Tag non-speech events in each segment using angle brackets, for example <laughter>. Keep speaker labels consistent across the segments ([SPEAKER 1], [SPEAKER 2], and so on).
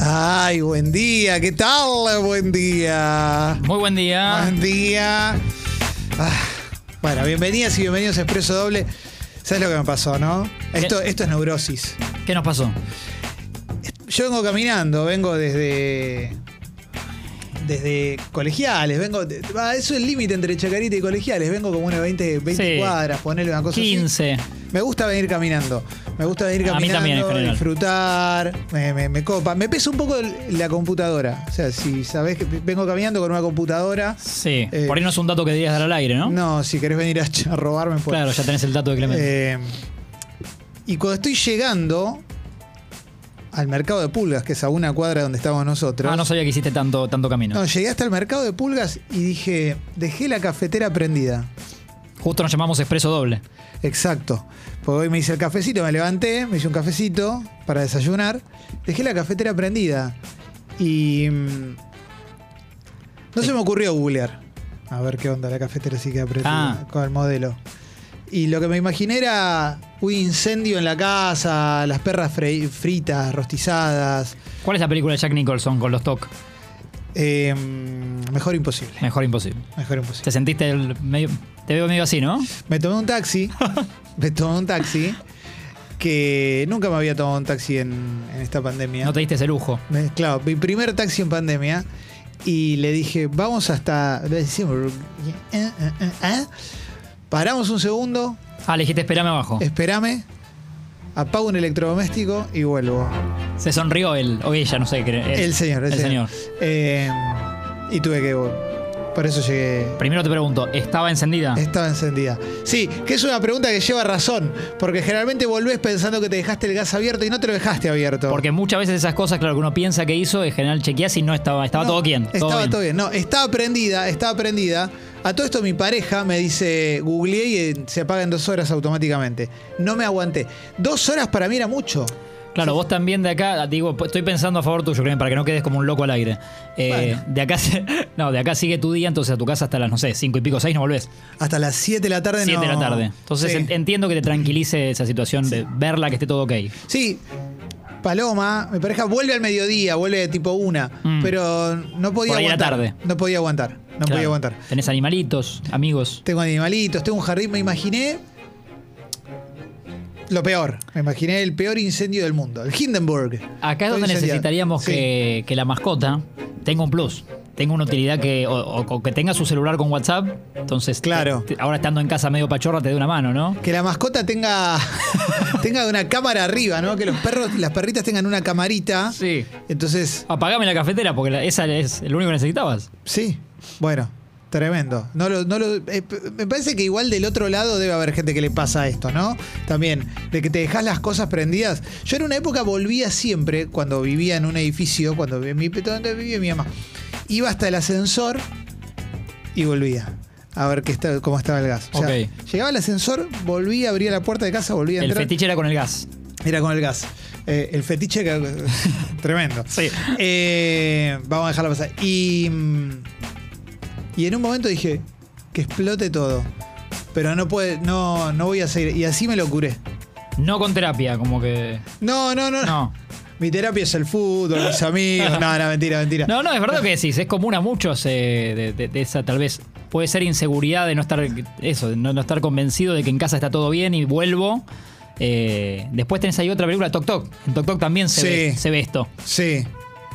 [SPEAKER 1] Ay, buen día, ¿qué tal? Buen día.
[SPEAKER 2] Muy buen día.
[SPEAKER 1] Buen día. Ah, bueno, bienvenidas y bienvenidos a Expreso Doble. ¿Sabes lo que me pasó, no? Esto, esto es neurosis.
[SPEAKER 2] ¿Qué nos pasó?
[SPEAKER 1] Yo vengo caminando, vengo desde. Desde colegiales, vengo. de- ah, eso es el límite entre Chacarita y colegiales. Vengo como unas 20, 20
[SPEAKER 2] Sí.
[SPEAKER 1] cuadras, ponerle una cosa. así.
[SPEAKER 2] 15.
[SPEAKER 1] Me gusta venir caminando. Me gusta venir
[SPEAKER 2] A mí
[SPEAKER 1] caminando,
[SPEAKER 2] también, en general.
[SPEAKER 1] disfrutar, me, me- me copa. Me pesa un poco el- la computadora. O sea, si sabés que vengo caminando con una computadora.
[SPEAKER 2] Sí.
[SPEAKER 1] Eh,
[SPEAKER 2] Por ahí no es un dato que debías dar al aire, ¿no?
[SPEAKER 1] No, si querés venir a, ch- a robarme, pues.
[SPEAKER 2] Claro, ya tenés el dato de Clemente.
[SPEAKER 1] Eh, y cuando estoy llegando al mercado de pulgas, que es a una cuadra donde estábamos nosotros.
[SPEAKER 2] ah, no sabía que hiciste tanto, tanto camino.
[SPEAKER 1] no, llegué hasta el mercado de pulgas y dije, dejé la cafetera prendida.
[SPEAKER 2] Justo nos llamamos expreso doble.
[SPEAKER 1] Exacto. Porque hoy me hice el cafecito, me levanté, me hice un cafecito para desayunar, dejé la cafetera prendida y mm, no se me ocurrió googlear. A ver qué onda la cafetera sí queda prendida
[SPEAKER 2] Ah.
[SPEAKER 1] con el modelo. Y lo que me imaginé era un incendio en la casa, las perras fre- fritas, rostizadas.
[SPEAKER 2] ¿Cuál es la película de Jack Nicholson con los TOC?
[SPEAKER 1] eh, mejor imposible.
[SPEAKER 2] Mejor imposible.
[SPEAKER 1] Mejor imposible.
[SPEAKER 2] ¿Te sentiste el medio.? Te veo medio así, ¿no?
[SPEAKER 1] Me tomé un
[SPEAKER 2] <laughs>
[SPEAKER 1] taxi. me tomé un taxi. Que nunca me había tomado un taxi en, en esta pandemia.
[SPEAKER 2] No te diste ese lujo.
[SPEAKER 1] Me- Claro, mi primer taxi en pandemia. Y le dije, vamos hasta. le decimos, eh, eh, eh, eh. Paramos un segundo,
[SPEAKER 2] Ah, le dijiste esperame abajo.
[SPEAKER 1] espérame, apago un electrodoméstico y vuelvo.
[SPEAKER 2] Se sonrió él, o ella, no sé qué. era.
[SPEAKER 1] El señor, el,
[SPEAKER 2] el señor.
[SPEAKER 1] Eh, y tuve que. Por eso llegué.
[SPEAKER 2] Primero te pregunto, ¿estaba encendida?
[SPEAKER 1] Estaba encendida. Sí, que es una pregunta que lleva razón, porque generalmente volvés pensando que te dejaste el gas abierto y no te lo dejaste abierto.
[SPEAKER 2] Porque muchas veces esas cosas, claro, que uno piensa que hizo, en general chequeás y no estaba. Estaba
[SPEAKER 1] No,
[SPEAKER 2] todo bien.
[SPEAKER 1] Estaba todo bien. No, estaba prendida, estaba prendida. A todo esto mi pareja me dice, googleé y eh, se apaga en dos horas automáticamente. No me aguanté. Dos horas para mí era mucho.
[SPEAKER 2] Claro, vos también de acá, digo, pues, estoy pensando a favor tuyo, Clemen, para que no quedes como un loco al aire. Eh,
[SPEAKER 1] Bueno.
[SPEAKER 2] De acá se- <laughs> no, de acá sigue tu día, entonces a tu casa hasta las, no sé, cinco y pico, seis no volvés.
[SPEAKER 1] Hasta las 7 de la tarde
[SPEAKER 2] Siete de la
[SPEAKER 1] no.
[SPEAKER 2] tarde. Entonces
[SPEAKER 1] Sí.
[SPEAKER 2] en- entiendo que te tranquilice esa situación de verla que esté todo ok.
[SPEAKER 1] Sí, Paloma, mi pareja vuelve al mediodía, vuelve de tipo una,
[SPEAKER 2] Mm.
[SPEAKER 1] pero no podía
[SPEAKER 2] Por ahí era
[SPEAKER 1] aguantar.
[SPEAKER 2] tarde.
[SPEAKER 1] No podía aguantar, no
[SPEAKER 2] Claro.
[SPEAKER 1] podía aguantar.
[SPEAKER 2] Tenés animalitos, amigos.
[SPEAKER 1] Tengo animalitos, tengo un jardín, me imaginé lo peor. Me imaginé el peor incendio del mundo, el Hindenburg.
[SPEAKER 2] Acá
[SPEAKER 1] Estoy
[SPEAKER 2] es donde
[SPEAKER 1] incendiado.
[SPEAKER 2] necesitaríamos
[SPEAKER 1] Sí.
[SPEAKER 2] que, que la mascota tenga un plus. Tenga una utilidad que. O, o- o que tenga su celular con WhatsApp. Entonces.
[SPEAKER 1] Claro.
[SPEAKER 2] te- te- ahora estando en casa medio pachorra, te dé una mano, ¿no?
[SPEAKER 1] Que la mascota tenga, <laughs> tenga una cámara arriba, ¿no? Que los perros, las perritas tengan una camarita.
[SPEAKER 2] Sí.
[SPEAKER 1] Entonces,
[SPEAKER 2] Apagame la cafetera porque la- esa es lo único que necesitabas.
[SPEAKER 1] sí, bueno, tremendo. No lo, no lo- eh, p- me parece que igual del otro lado debe haber gente que le pasa esto, ¿no? También, de que te dejas las cosas prendidas. Yo en una época volvía siempre, cuando vivía en un edificio, cuando vi- mi, donde vivía mi mamá, iba hasta el ascensor y volvía. A ver qué está, cómo estaba el gas. O sea,
[SPEAKER 2] Ok.
[SPEAKER 1] Llegaba el ascensor, volvía, abría la puerta de casa, volvía a
[SPEAKER 2] El
[SPEAKER 1] entrar.
[SPEAKER 2] fetiche era con el gas.
[SPEAKER 1] Era con el gas. Eh, el fetiche que- <laughs> tremendo.
[SPEAKER 2] Sí.
[SPEAKER 1] Eh, vamos a dejarlo pasar. Y, mm, y en un momento dije que explote todo. Pero no puede, no, no voy a seguir. Y así me lo curé.
[SPEAKER 2] No con terapia, como que.
[SPEAKER 1] No, no, no, no.
[SPEAKER 2] No.
[SPEAKER 1] Mi terapia es el fútbol, mis amigos. No, no, mentira, mentira.
[SPEAKER 2] No, no, es verdad lo que decís. Es común a muchos eh, de, de- de esa, tal vez. Puede ser inseguridad de no estar. Eso, de no, no estar convencido de que en casa está todo bien y vuelvo. Eh, después tenés ahí otra película, Tok Tok. En Tok Tok también se,
[SPEAKER 1] Sí.
[SPEAKER 2] ve, se ve esto.
[SPEAKER 1] Sí,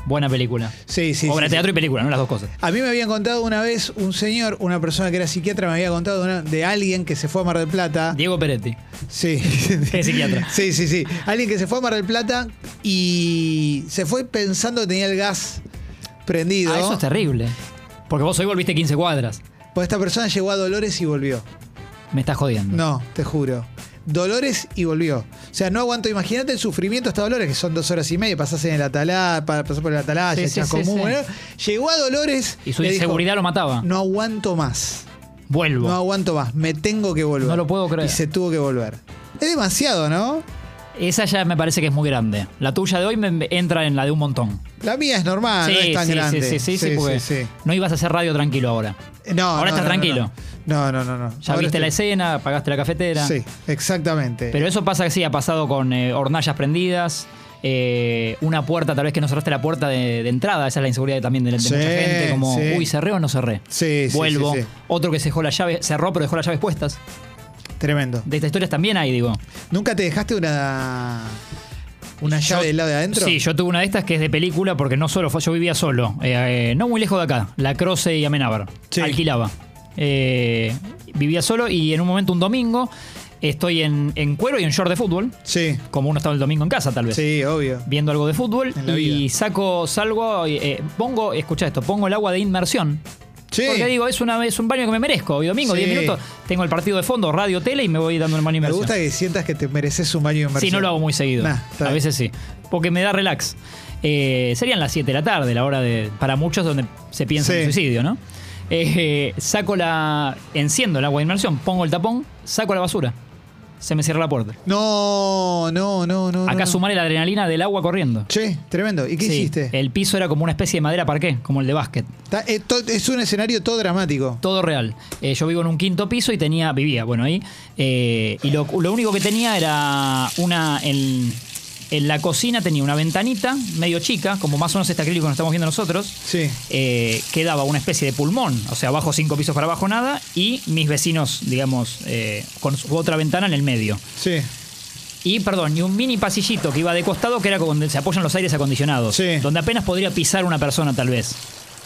[SPEAKER 2] Buena película.
[SPEAKER 1] sí, sí.
[SPEAKER 2] Obra
[SPEAKER 1] sí,
[SPEAKER 2] de teatro y película, no las dos cosas.
[SPEAKER 1] A mí me habían contado una vez un señor, una persona que era psiquiatra, me había contado una- de alguien que se fue a Mar del Plata.
[SPEAKER 2] Diego Peretti.
[SPEAKER 1] Sí.
[SPEAKER 2] <laughs> Es psiquiatra.
[SPEAKER 1] Sí, sí, sí. Alguien que se fue a Mar del Plata y se fue pensando que tenía el gas prendido.
[SPEAKER 2] Ah, eso es terrible. Porque vos hoy volviste 15 cuadras.
[SPEAKER 1] Pues esta persona llegó a Dolores y volvió.
[SPEAKER 2] Me estás jodiendo.
[SPEAKER 1] No, te juro. Dolores y volvió. O sea, no aguanto. Imagínate el sufrimiento hasta Dolores, que son dos horas y media. Pasás en el atalaya, pasás por el atalaya,
[SPEAKER 2] Sí, sí,
[SPEAKER 1] Chascomú,
[SPEAKER 2] sí, sí.
[SPEAKER 1] bueno. Llegó a Dolores.
[SPEAKER 2] Y su
[SPEAKER 1] le dijo,
[SPEAKER 2] inseguridad lo mataba.
[SPEAKER 1] no aguanto más.
[SPEAKER 2] Vuelvo.
[SPEAKER 1] No aguanto más. Me tengo que volver.
[SPEAKER 2] No lo puedo creer.
[SPEAKER 1] Y se tuvo que volver. Es demasiado, ¿no?
[SPEAKER 2] Esa ya me parece que es muy grande. La tuya de hoy me me entra en la de un montón.
[SPEAKER 1] La mía es normal, Ah, no es tan
[SPEAKER 2] sí,
[SPEAKER 1] grande.
[SPEAKER 2] sí, sí, sí, sí, porque no ibas a hacer radio tranquilo ahora.
[SPEAKER 1] sí. No,
[SPEAKER 2] Ahora
[SPEAKER 1] no,
[SPEAKER 2] estás
[SPEAKER 1] no, no,
[SPEAKER 2] tranquilo.
[SPEAKER 1] No, no, no, no.
[SPEAKER 2] Ya
[SPEAKER 1] Ahora
[SPEAKER 2] viste la
[SPEAKER 1] estoy-
[SPEAKER 2] escena, apagaste la cafetera.
[SPEAKER 1] Sí, exactamente.
[SPEAKER 2] Pero eso pasa que sí, ha pasado con eh, hornallas prendidas, eh, una puerta, tal vez que no cerraste la puerta de, de entrada, esa es la inseguridad también de, de
[SPEAKER 1] Sí,
[SPEAKER 2] mucha gente, como,
[SPEAKER 1] sí.
[SPEAKER 2] uy, cerré o no cerré.
[SPEAKER 1] Sí, sí,
[SPEAKER 2] Vuelvo.
[SPEAKER 1] sí, sí.
[SPEAKER 2] Otro que se dejó la llave, cerró pero dejó las llaves puestas.
[SPEAKER 1] Tremendo.
[SPEAKER 2] De estas historias también hay, digo.
[SPEAKER 1] ¿Nunca te dejaste una, una
[SPEAKER 2] Yo-
[SPEAKER 1] llave del lado de adentro?
[SPEAKER 2] Sí, yo tuve una de estas que es de película porque no solo fue, yo vivía solo, eh, eh, no muy lejos de acá, La Croce y Amenábar.
[SPEAKER 1] Sí.
[SPEAKER 2] Alquilaba. Eh, vivía solo y en un momento, un domingo, estoy en, en cuero y en short de fútbol,
[SPEAKER 1] Sí,
[SPEAKER 2] como uno estaba el domingo en casa tal vez.
[SPEAKER 1] sí, obvio.
[SPEAKER 2] Viendo algo de fútbol
[SPEAKER 1] En la
[SPEAKER 2] y
[SPEAKER 1] vida.
[SPEAKER 2] saco, salgo, eh, eh, pongo, escucha esto, pongo el agua de inmersión.
[SPEAKER 1] Sí.
[SPEAKER 2] Porque digo, es, una, es un baño que me merezco. Hoy domingo,
[SPEAKER 1] Sí.
[SPEAKER 2] 10 minutos, tengo el partido de fondo, radio, tele y me voy dando el baño de
[SPEAKER 1] Me
[SPEAKER 2] inmersión.
[SPEAKER 1] gusta que sientas que te mereces un baño de inmersión.
[SPEAKER 2] Sí, no lo hago muy seguido.
[SPEAKER 1] Nah, está
[SPEAKER 2] a
[SPEAKER 1] bien.
[SPEAKER 2] veces sí. Porque me da relax. Eh, serían las 7 de la tarde, la hora de. Para muchos donde se piensa en
[SPEAKER 1] Sí.
[SPEAKER 2] el suicidio, ¿no? Eh, saco la. Enciendo el agua de inmersión, pongo el tapón, saco la basura. Se me cierra la puerta.
[SPEAKER 1] No, no, no, no.
[SPEAKER 2] Acá
[SPEAKER 1] no.
[SPEAKER 2] sumaré la adrenalina del agua corriendo.
[SPEAKER 1] Che, tremendo. ¿Y Ah. qué
[SPEAKER 2] Sí, eh.
[SPEAKER 1] hiciste?
[SPEAKER 2] El piso era como una especie de madera parqué, como el de básquet.
[SPEAKER 1] Está- eh, to- es un escenario todo dramático.
[SPEAKER 2] Todo real. Eh, yo vivo en un quinto piso y tenía, vivía, bueno, ahí. eh, y lo, lo único que tenía era una. En, en la cocina tenía una ventanita medio chica, como más o menos este acrílico que nos estamos viendo nosotros.
[SPEAKER 1] Sí.
[SPEAKER 2] eh, que daba una especie de pulmón, o sea, abajo cinco pisos para abajo nada, y mis vecinos, digamos, eh, con su otra ventana en el medio.
[SPEAKER 1] Sí.
[SPEAKER 2] Y, perdón, y un mini pasillito que iba de costado, que era como donde se apoyan los aires acondicionados.
[SPEAKER 1] Sí.
[SPEAKER 2] Donde apenas podría pisar una persona, tal vez.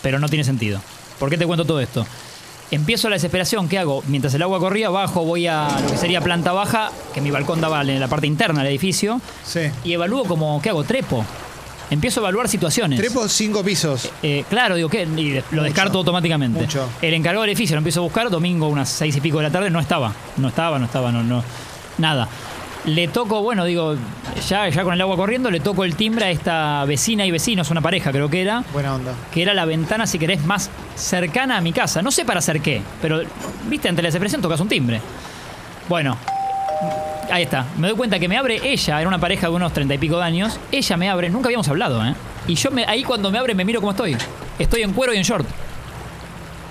[SPEAKER 2] Pero no tiene sentido. ¿Por qué te cuento todo esto? Empiezo la desesperación, ¿qué hago? Mientras el agua corría, bajo, voy a lo que sería planta baja, que mi balcón daba en la parte interna del edificio,
[SPEAKER 1] Sí.
[SPEAKER 2] y evalúo como, ¿qué hago? Trepo. Empiezo a evaluar situaciones.
[SPEAKER 1] Trepo cinco pisos.
[SPEAKER 2] Eh, claro, digo, ¿qué? Y de- lo descarto automáticamente.
[SPEAKER 1] mucho.
[SPEAKER 2] El encargado del edificio lo empiezo a buscar, domingo unas seis y pico de la tarde, no estaba. No estaba, no estaba, no, no. Nada. Le toco, bueno, digo, ya, ya con el agua corriendo, le toco el timbre a esta vecina y vecinos, una pareja creo que era,
[SPEAKER 1] Buena onda.
[SPEAKER 2] que era la ventana, si querés, más cercana a mi casa. No sé para hacer qué, pero, viste, ante la desesperación tocas un timbre. Bueno, ahí está. Me doy cuenta que me abre ella, era una pareja de unos treinta y pico de años. Ella me abre, nunca habíamos hablado, ¿eh? Y yo me, ahí cuando me abre me miro cómo estoy. Estoy en cuero y en short.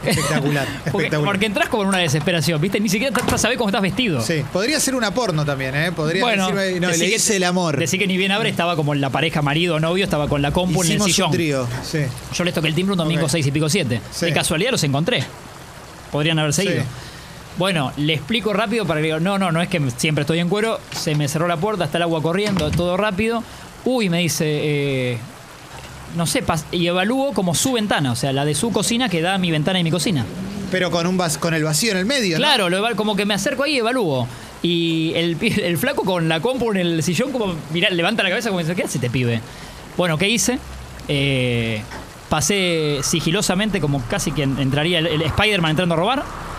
[SPEAKER 1] Espectacular.
[SPEAKER 2] <laughs> Porque,
[SPEAKER 1] espectacular.
[SPEAKER 2] porque entras como en una desesperación, ¿viste? Ni siquiera t- t- sabés cómo estás vestido.
[SPEAKER 1] Sí. Podría ser una porno también, ¿eh? Podría decirme, no,
[SPEAKER 2] decí
[SPEAKER 1] le
[SPEAKER 2] que-
[SPEAKER 1] hice el amor.
[SPEAKER 2] Decí que ni bien abre, estaba como la pareja marido o novio, estaba con la compu en el
[SPEAKER 1] Hicimos
[SPEAKER 2] sillón.
[SPEAKER 1] un trío. Sí.
[SPEAKER 2] Yo les toqué el timbre un domingo
[SPEAKER 1] Ok.
[SPEAKER 2] seis y pico siete.
[SPEAKER 1] Sí.
[SPEAKER 2] De casualidad los encontré. Podrían haberse
[SPEAKER 1] Sí.
[SPEAKER 2] ido. Bueno, le explico rápido para que digan, no, no, no es que siempre estoy en cuero, se me cerró la puerta, está el agua corriendo, todo rápido. Uy, me dice, eh, no sé, pas- y evalúo como su ventana, o sea, la de su cocina que da a mi ventana y mi cocina.
[SPEAKER 1] Pero con un vas- con el vacío en el medio, ¿no?
[SPEAKER 2] Claro, lo eval- como que me acerco ahí y evalúo. Y el, pi- <laughs> el flaco con la compu en el sillón, como mirá, levanta la cabeza como dice, ¿qué hace este pibe? Bueno, ¿qué hice? Eh, pasé sigilosamente, como casi que en- entraría el, el Spider-Man entrando a robar.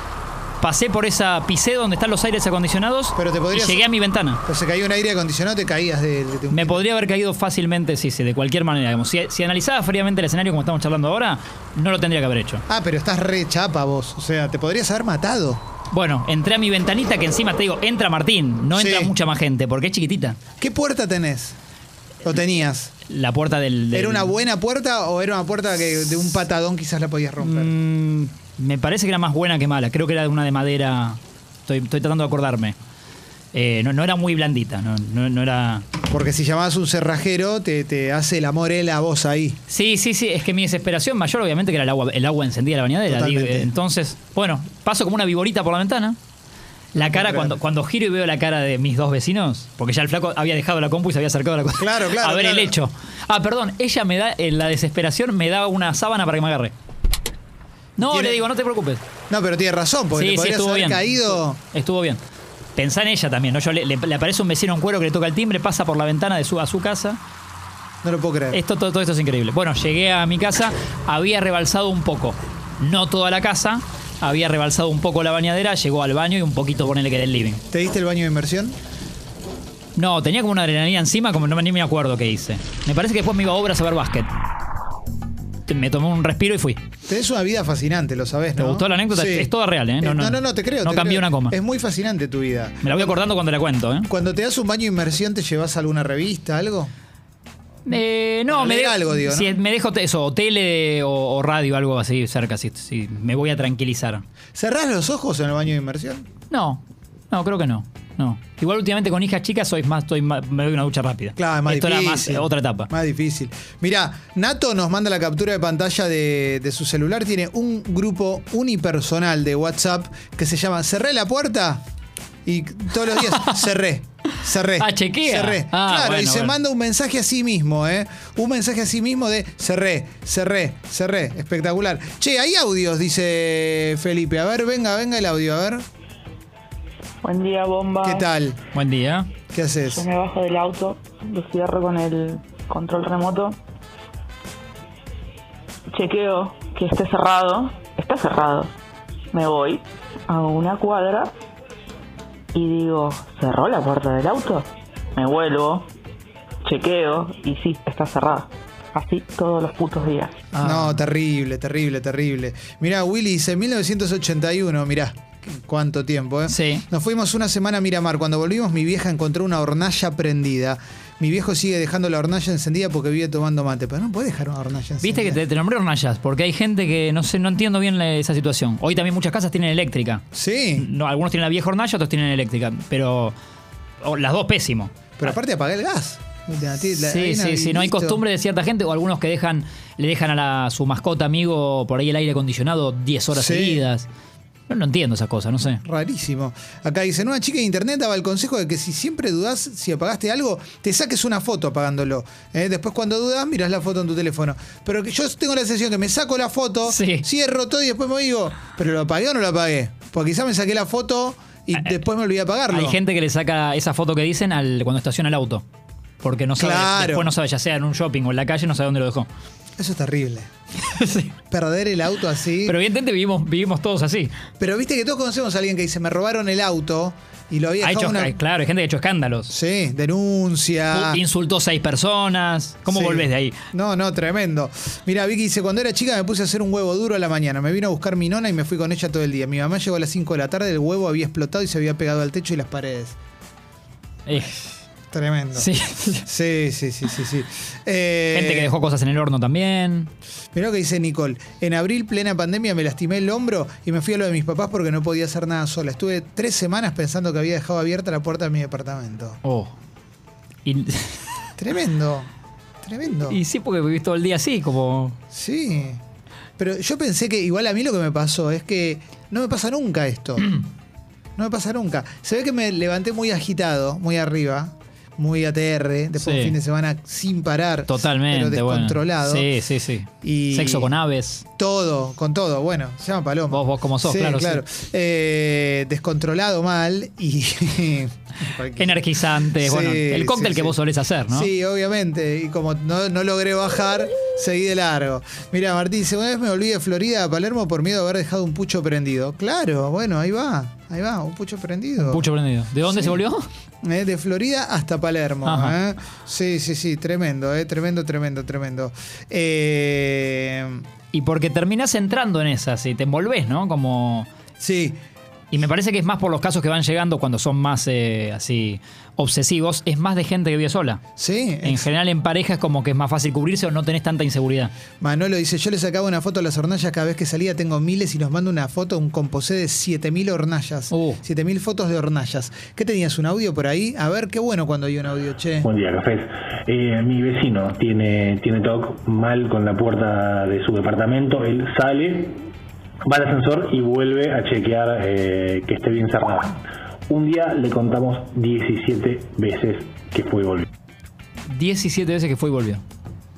[SPEAKER 2] Pasé por esa pisé donde están los aires acondicionados
[SPEAKER 1] Pero te podrías-
[SPEAKER 2] y llegué a mi ventana.
[SPEAKER 1] Pero Pues se caía un aire acondicionado, te caías de, de- de un-
[SPEAKER 2] Me podría haber caído fácilmente, sí, sí, de cualquier manera. Digamos. Si, si analizaba fríamente el escenario como estamos charlando ahora, no lo tendría que haber hecho.
[SPEAKER 1] Ah, pero estás re chapa vos. O sea, te podrías haber matado.
[SPEAKER 2] Bueno, entré a mi ventanita que encima te digo, entra Martín, no entra
[SPEAKER 1] Sí.
[SPEAKER 2] mucha más gente porque es chiquitita.
[SPEAKER 1] ¿Qué puerta tenés? ¿O tenías?
[SPEAKER 2] La puerta del. del-
[SPEAKER 1] ¿Era una buena puerta o era una puerta que de un patadón quizás la podías romper?
[SPEAKER 2] Mm, me parece que era más buena que mala. Creo que era de una de madera. Estoy, estoy tratando de acordarme. Eh, no, no era muy blandita. No, no- no era.
[SPEAKER 1] Porque si llamabas un cerrajero, te, te hace el amor él a vos ahí.
[SPEAKER 2] Sí, sí, sí. Es que mi desesperación mayor, obviamente, que era el agua, el agua encendida de la bañadera. Digo,
[SPEAKER 1] Totalmente.
[SPEAKER 2] eh, entonces, bueno, paso como una viborita por la ventana. La cara,
[SPEAKER 1] creer.
[SPEAKER 2] cuando, cuando giro y veo la cara de mis dos vecinos, porque ya el flaco había dejado la compu y se había acercado a la co-
[SPEAKER 1] Claro, claro,
[SPEAKER 2] <laughs> A ver el
[SPEAKER 1] claro.
[SPEAKER 2] hecho. Ah, perdón, ella me da, en la desesperación, me da una sábana para que me agarre. No,
[SPEAKER 1] Tiene-
[SPEAKER 2] le digo, no te preocupes.
[SPEAKER 1] No, pero tienes razón, porque te podrías haber caído.
[SPEAKER 2] Estuvo bien. Pensá en ella también, ¿no? Yo le, le- le aparece un vecino en cuero que le toca el timbre, pasa por la ventana de su, a su casa.
[SPEAKER 1] No lo puedo creer.
[SPEAKER 2] Esto, todo, todo esto es increíble. Bueno, llegué a mi casa, había rebalsado un poco. No toda la casa, había rebalsado un poco la bañadera, llegó al baño y un poquito ponele que del living.
[SPEAKER 1] ¿Te diste el baño de inmersión?
[SPEAKER 2] No, tenía como una adrenalina encima, como no me- ni me acuerdo qué hice. Me parece que después me iba a obras a ver básquet. Te- Me tomé un respiro y fui.
[SPEAKER 1] Tenés una vida fascinante, lo sabés,
[SPEAKER 2] ¿Te
[SPEAKER 1] ¿no?
[SPEAKER 2] gustó la anécdota? Es toda real, ¿eh? No,
[SPEAKER 1] No,
[SPEAKER 2] no.
[SPEAKER 1] no, no, te creo.
[SPEAKER 2] No
[SPEAKER 1] te
[SPEAKER 2] cambié
[SPEAKER 1] creo.
[SPEAKER 2] una coma.
[SPEAKER 1] Es muy fascinante tu vida.
[SPEAKER 2] Me la voy acordando cuando la cuento, ¿eh?
[SPEAKER 1] Cuando te das un baño de inmersión, ¿te llevas alguna revista, algo?
[SPEAKER 2] Eh, no,
[SPEAKER 1] Bueno,
[SPEAKER 2] me
[SPEAKER 1] leer
[SPEAKER 2] dejo,
[SPEAKER 1] algo, digo, ¿no?
[SPEAKER 2] si me dejo te- eso, o tele o, o radio, algo así cerca, si, si me voy a tranquilizar.
[SPEAKER 1] ¿Cerrás los ojos en el baño de inmersión?
[SPEAKER 2] No, no, creo que no. No. Igual últimamente con hijas chicas sois más, estoy más- me doy una ducha rápida.
[SPEAKER 1] Claro, es más
[SPEAKER 2] Esto
[SPEAKER 1] difícil.
[SPEAKER 2] era más eh, otra etapa.
[SPEAKER 1] Más difícil. Mirá, Nato nos manda la captura de pantalla de, de su celular. Tiene un grupo unipersonal de WhatsApp que se llama Cerré la puerta. Y todos los
[SPEAKER 2] <laughs>
[SPEAKER 1] días cerré, cerré.
[SPEAKER 2] Ah, chequea.
[SPEAKER 1] Cerré.
[SPEAKER 2] Ah,
[SPEAKER 1] claro, y
[SPEAKER 2] bueno,
[SPEAKER 1] se
[SPEAKER 2] bueno.
[SPEAKER 1] manda un mensaje a sí mismo, ¿eh? Un mensaje a sí mismo de cerré, cerré, cerré. Espectacular. Che, hay audios, dice Felipe. A ver, venga, venga el audio, a ver.
[SPEAKER 3] Buen día, bomba.
[SPEAKER 2] Ah.
[SPEAKER 1] ¿Qué tal?
[SPEAKER 2] Buen día.
[SPEAKER 1] ¿Qué haces?
[SPEAKER 3] Yo me bajo del auto, lo cierro con el control remoto. Chequeo que esté cerrado. Está cerrado. Me voy a una cuadra y digo, ¿cerró la puerta del auto? Me vuelvo, chequeo y sí, está cerrada. Así todos los putos días.
[SPEAKER 2] Ah.
[SPEAKER 1] No, terrible, terrible, terrible. Mirá, Willy dice 1981, mirá. qué- Cuánto tiempo, ¿eh?
[SPEAKER 2] Sí.
[SPEAKER 1] Nos fuimos una semana a Miramar. Cuando volvimos, mi vieja encontró una hornalla prendida. Mi viejo sigue dejando la hornalla encendida porque vive tomando mate. Pero no puede dejar una hornalla encendida.
[SPEAKER 2] Viste que te, te nombré hornallas, porque hay gente que no sé, no entiendo bien la- esa situación. Hoy también muchas casas tienen eléctrica.
[SPEAKER 1] Sí,
[SPEAKER 2] No, algunos tienen la vieja hornalla, otros tienen eléctrica, pero o las dos pésimo.
[SPEAKER 1] pero aparte apaga el gas. La- la-
[SPEAKER 2] Sí,
[SPEAKER 1] hay una-
[SPEAKER 2] sí, sí. No hay
[SPEAKER 1] listo.
[SPEAKER 2] costumbre de cierta gente o algunos que dejan, le dejan a la- su mascota amigo por ahí el aire acondicionado 10 horas
[SPEAKER 1] Sí.
[SPEAKER 2] seguidas. No, no entiendo esas cosas, no sé.
[SPEAKER 1] Rarísimo. Acá dice, una chica de internet daba el consejo de que si siempre dudás si apagaste algo, te saques una foto apagándolo. ¿eh? Después cuando dudas, mirás la foto en tu teléfono. Pero que yo tengo la sensación que me saco la foto,
[SPEAKER 2] Sí.
[SPEAKER 1] cierro todo y después me digo, pero lo apagué o no lo apagué. Porque quizá me saqué la foto y después me olvidé apagarlo.
[SPEAKER 2] Eh, Hay gente que le saca esa foto que dicen al cuando estaciona el auto. Porque no sabe,
[SPEAKER 1] Claro.
[SPEAKER 2] después no sabe, ya sea en un shopping o en la calle, no sabe dónde lo dejó. <laughs>
[SPEAKER 1] Eso es terrible.
[SPEAKER 2] Sí.
[SPEAKER 1] Perder el auto así.
[SPEAKER 2] Pero evidentemente vivimos, vivimos todos así.
[SPEAKER 1] Pero viste que todos conocemos a alguien que dice, me robaron el auto y lo había
[SPEAKER 2] Ha
[SPEAKER 1] dejado
[SPEAKER 2] hecho,
[SPEAKER 1] una...
[SPEAKER 2] hay- Claro, hay gente que ha hecho escándalos. Uh,
[SPEAKER 1] Sí, denuncia.
[SPEAKER 2] Insultó a seis personas. ¿Cómo
[SPEAKER 1] Sí.
[SPEAKER 2] volvés de ahí?
[SPEAKER 1] No, no, tremendo. Mira, Vicky dice, cuando era chica me puse a hacer un huevo duro a la mañana. Me vino a buscar mi nona y me fui con ella todo el día. Mi mamá llegó a las 5 de la tarde, el huevo había explotado y se había pegado al techo y las paredes.
[SPEAKER 2] Eh,
[SPEAKER 1] Tremendo.
[SPEAKER 2] sí. <laughs>
[SPEAKER 1] Sí, sí, sí, sí, sí. Eh,
[SPEAKER 2] Gente que dejó cosas en el horno también.
[SPEAKER 1] Mirá lo que dice Nicole. En abril, plena pandemia, me lastimé el hombro y me fui a lo de mis papás porque no podía hacer nada sola. Estuve tres semanas pensando que había dejado abierta la puerta de mi departamento.
[SPEAKER 2] Oh. Y,
[SPEAKER 1] Tremendo. Tremendo.
[SPEAKER 2] y sí, porque vivís todo el día así, como.
[SPEAKER 1] Sí. Pero yo pensé que igual a mí lo que me pasó es que no me pasa nunca
[SPEAKER 2] <clears throat>
[SPEAKER 1] esto. No me pasa nunca. Se ve que me levanté muy agitado, muy arriba, muy ATR, después un
[SPEAKER 2] Sí.
[SPEAKER 1] fin de semana sin parar.
[SPEAKER 2] Totalmente,
[SPEAKER 1] Pero
[SPEAKER 2] bueno.
[SPEAKER 1] descontrolado.
[SPEAKER 2] Sí, sí, sí.
[SPEAKER 1] Y-
[SPEAKER 2] Sexo con aves.
[SPEAKER 1] Todo, con todo. Bueno, se llama Paloma.
[SPEAKER 2] Vos- vos como sos,
[SPEAKER 1] Sí,
[SPEAKER 2] claro,
[SPEAKER 1] claro. Eh, descontrolado mal y... <laughs>
[SPEAKER 2] Energizantes,
[SPEAKER 1] Sí,
[SPEAKER 2] bueno, el cóctel
[SPEAKER 1] sí, sí.
[SPEAKER 2] que vos solés hacer, ¿no?
[SPEAKER 1] Sí, obviamente. Y como no, no logré bajar, seguí de largo. Mira, Martín dice, una vez me volví de Florida a Palermo por miedo a haber dejado un pucho prendido. Claro, bueno, ahí va, ahí va, un pucho prendido.
[SPEAKER 2] Pucho prendido. ¿De dónde
[SPEAKER 1] Sí.
[SPEAKER 2] se volvió?
[SPEAKER 1] Eh, de Florida hasta Palermo.
[SPEAKER 2] Ajá.
[SPEAKER 1] ¿eh? Sí, sí, sí, tremendo, eh, tremendo, tremendo, tremendo. Eh,
[SPEAKER 2] Y porque terminás entrando en esas y te envolvés, ¿no? Como.
[SPEAKER 1] sí,
[SPEAKER 2] Y me parece que es más por los casos que van llegando cuando son más eh, así obsesivos, es más de gente que vive sola.
[SPEAKER 1] sí.
[SPEAKER 2] En general en parejas como que es más fácil cubrirse o no tenés tanta inseguridad.
[SPEAKER 1] Manolo dice, yo le sacaba una foto a las hornallas cada vez que salía, tengo miles y nos manda una foto, un composé de 7000 hornallas.
[SPEAKER 2] Uh.
[SPEAKER 1] 7000 fotos de hornallas. ¿Qué tenías? ¿Un audio por ahí? A ver, qué bueno cuando hay un audio, che.
[SPEAKER 4] Buen día, cafés. Eh, mi vecino tiene, tiene TOC mal con la puerta de su departamento. Él sale, va al ascensor y vuelve a chequear eh, que esté bien cerrada. Un día le contamos 17 veces que fue y volvió.
[SPEAKER 2] 17 veces que fue y volvió.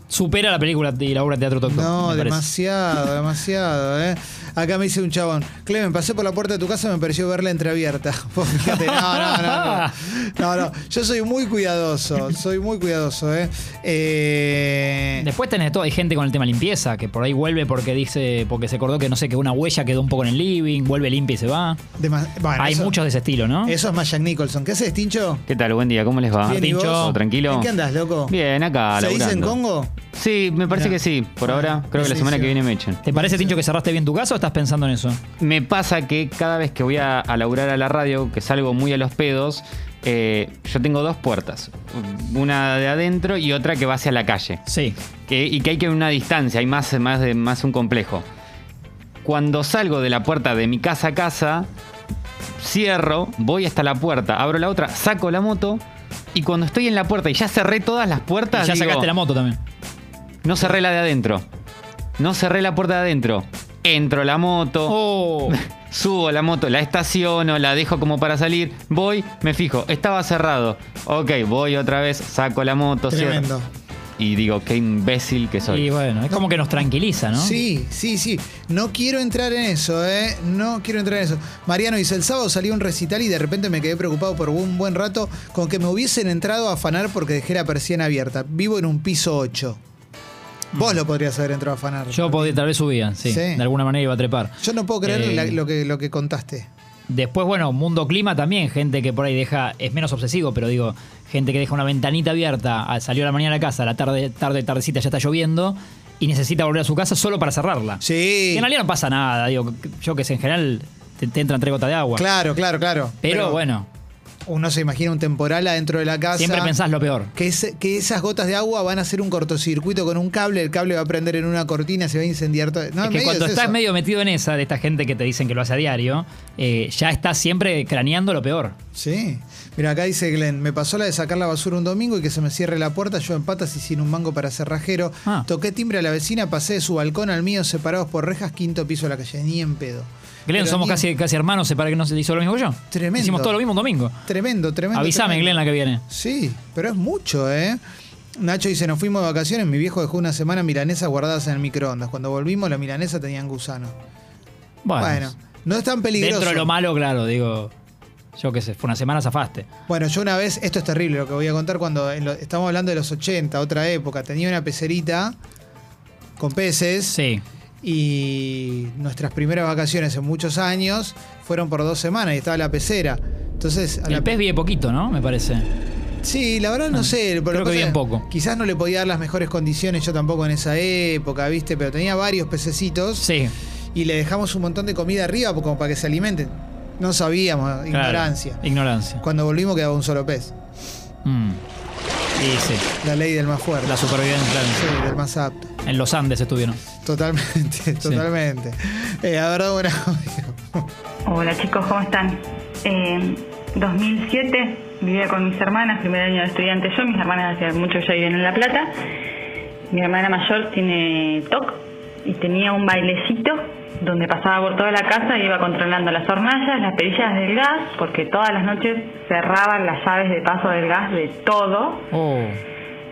[SPEAKER 2] Supera la película y la obra de teatro Toc Toc,
[SPEAKER 1] No,
[SPEAKER 2] me parece.
[SPEAKER 1] demasiado, demasiado, ¿eh? Acá me dice un chabón, Clemen, pasé por la puerta de tu casa y me pareció verla entreabierta. <laughs> Vos fíjate, no, no, no, no.
[SPEAKER 2] <laughs>
[SPEAKER 1] No, no, yo soy muy cuidadoso, soy muy cuidadoso, ¿eh? eh
[SPEAKER 2] Después tenés todo, hay gente con el tema limpieza, que por ahí vuelve porque dice, porque se acordó que no sé, que una huella quedó un poco en el living, vuelve limpia y se va.
[SPEAKER 1] dema- bueno,
[SPEAKER 2] hay
[SPEAKER 1] eso-
[SPEAKER 2] muchos de ese estilo, ¿no?
[SPEAKER 1] Eso es más Jack Nicholson. ¿Qué haces, Tincho?
[SPEAKER 5] ¿Qué tal? Buen día, ¿cómo les va?
[SPEAKER 1] Bien, ¿y vos?
[SPEAKER 5] ¿Todo tranquilo?
[SPEAKER 1] ¿En qué andas, loco?
[SPEAKER 5] Bien,
[SPEAKER 2] Ah,
[SPEAKER 5] acá,
[SPEAKER 1] ¿Se dice en
[SPEAKER 5] laburando.
[SPEAKER 1] Congo?
[SPEAKER 5] Sí, me parece que sí, por ahora. Creo que la
[SPEAKER 1] sí,
[SPEAKER 5] semana
[SPEAKER 1] sí.
[SPEAKER 5] que viene me echan.
[SPEAKER 2] ¿Te parece, Tincho, que cerraste bien tu casa o estás pensando en eso?
[SPEAKER 5] Me pasa que cada vez que voy a, a laburar a la radio, que salgo muy a los pedos, eh, yo tengo dos puertas. Una de adentro y otra que va hacia la calle.
[SPEAKER 2] Sí.
[SPEAKER 5] Que- y que hay que una distancia, hay más, más, de, más un complejo. Cuando salgo de la puerta de mi casa a casa, cierro, voy hasta la puerta, abro la otra, saco la moto y cuando estoy en la puerta y ya cerré todas las
[SPEAKER 2] Y
[SPEAKER 5] puertas,
[SPEAKER 2] ya
[SPEAKER 5] digo,
[SPEAKER 2] sacaste la moto también.
[SPEAKER 5] no cerré la de adentro. No cerré la puerta de adentro. Entro a la moto.
[SPEAKER 2] Oh.
[SPEAKER 5] <laughs> Subo la moto, la estaciono, la dejo como para salir, voy, me fijo, estaba cerrado. Ok, voy otra vez, saco la moto, cierro.
[SPEAKER 1] Tremendo.
[SPEAKER 5] Y digo, qué imbécil que soy.
[SPEAKER 2] Y bueno, es como que nos tranquiliza, ¿no?
[SPEAKER 1] Sí, sí, sí. No quiero entrar en eso, ¿eh? No quiero entrar en eso. Mariano dice, el sábado salí a un recital y de repente me quedé preocupado por un buen rato con que me hubiesen entrado a afanar porque dejé la persiana abierta. Vivo en un piso 8. Vos lo podrías haber entrado a afanar.
[SPEAKER 2] Yo podía, tal vez subía, sí.
[SPEAKER 1] Sí.
[SPEAKER 2] De alguna manera iba a trepar.
[SPEAKER 1] Yo no puedo creer
[SPEAKER 2] Eh,
[SPEAKER 1] la- lo, que, lo que contaste.
[SPEAKER 2] Después, bueno, mundo clima también, gente que por ahí deja, es menos obsesivo, pero digo, gente que deja una ventanita abierta, ah, salió a la mañana a la casa, a la tarde, tarde, tardecita ya está lloviendo y necesita volver a su casa solo para cerrarla.
[SPEAKER 1] Sí.
[SPEAKER 2] Que en realidad no pasa nada, digo, yo que sé, en general te, te entran tres gotas de agua.
[SPEAKER 1] Claro, claro, claro.
[SPEAKER 2] pero, bueno,
[SPEAKER 1] Uno se imagina un temporal adentro de la casa.
[SPEAKER 2] siempre pensás lo peor.
[SPEAKER 1] que, ese- que esas gotas de agua van a hacer un cortocircuito con un cable, el cable va a prender en una cortina, se va a incendiar todo. No,
[SPEAKER 2] es que
[SPEAKER 1] medio
[SPEAKER 2] cuando
[SPEAKER 1] es
[SPEAKER 2] estás
[SPEAKER 1] eso.
[SPEAKER 2] medio metido en esa, de esta gente que te dicen que lo hace a diario, eh, ya estás siempre craneando lo peor.
[SPEAKER 1] Sí. Mira, acá dice Glenn, me pasó la de sacar la basura un domingo y que se me cierre la puerta, yo en patas y sin un mango para cerrajero.
[SPEAKER 2] Ah.
[SPEAKER 1] Toqué timbre a la vecina, pasé de su balcón al mío, separados por rejas, quinto piso de la calle, ni en pedo.
[SPEAKER 2] Glenn,
[SPEAKER 1] Pero
[SPEAKER 2] somos
[SPEAKER 1] ni-
[SPEAKER 2] casi, casi hermanos, ¿se para que no se hizo lo mismo que yo?
[SPEAKER 1] Tremendo.
[SPEAKER 2] Hicimos todo lo mismo un domingo.
[SPEAKER 1] Tremendo, tremendo.
[SPEAKER 2] Avísame,
[SPEAKER 1] tremendo.
[SPEAKER 2] Glenn, la que viene.
[SPEAKER 1] Sí, pero es mucho, ¿eh? Nacho dice, nos fuimos de vacaciones, mi viejo dejó una semana milanesa guardadas en el microondas. Cuando volvimos, la milanesa tenían gusano.
[SPEAKER 2] Bueno,
[SPEAKER 1] Bueno, no es tan peligroso.
[SPEAKER 2] dentro de lo malo, claro, digo, yo qué sé, fue una semana zafaste.
[SPEAKER 1] Bueno, yo una vez, esto es terrible lo que voy a contar cuando en lo- estamos hablando de los 80, otra época, tenía una pecerita con peces
[SPEAKER 2] Sí.
[SPEAKER 1] y nuestras primeras vacaciones en muchos años fueron por dos semanas y estaba la pecera. Entonces, a la
[SPEAKER 2] El pez vive poquito, ¿no? Me parece.
[SPEAKER 1] Sí, la verdad no sé. pero
[SPEAKER 2] creo que bien poco.
[SPEAKER 1] Quizás no le podía dar las mejores condiciones yo tampoco en esa época, ¿viste? Pero tenía varios pececitos
[SPEAKER 2] Sí.
[SPEAKER 1] y le dejamos un montón de comida arriba como para que se alimenten. No sabíamos,
[SPEAKER 2] claro.
[SPEAKER 1] ignorancia.
[SPEAKER 2] Ignorancia.
[SPEAKER 1] Cuando volvimos quedaba un solo pez.
[SPEAKER 2] Mm. Sí, sí.
[SPEAKER 1] La ley del más fuerte.
[SPEAKER 2] La supervivencia. claro.
[SPEAKER 1] Sí, del más apto.
[SPEAKER 2] En los Andes estuvieron.
[SPEAKER 1] Totalmente, <laughs> totalmente. Eh, la verdad, bueno. <laughs>
[SPEAKER 6] Hola chicos, ¿cómo están? Eh, 2007 vivía con mis hermanas, primer año de estudiante yo, mis hermanas hace mucho que ya viven en La Plata. Mi hermana mayor tiene TOC y tenía un bailecito donde pasaba por toda la casa y iba controlando las hornallas, las perillas del gas, porque todas las noches cerraban las llaves de paso del gas de todo
[SPEAKER 2] Oh.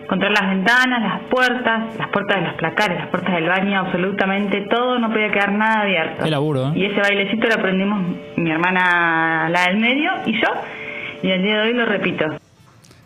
[SPEAKER 6] controlar las ventanas, las puertas, las puertas de los placares, las puertas del baño, absolutamente todo, no podía quedar nada abierto.
[SPEAKER 2] Qué laburo, ¿eh?
[SPEAKER 6] Y ese bailecito lo aprendimos mi hermana, la del medio, y yo, y al día de hoy lo repito.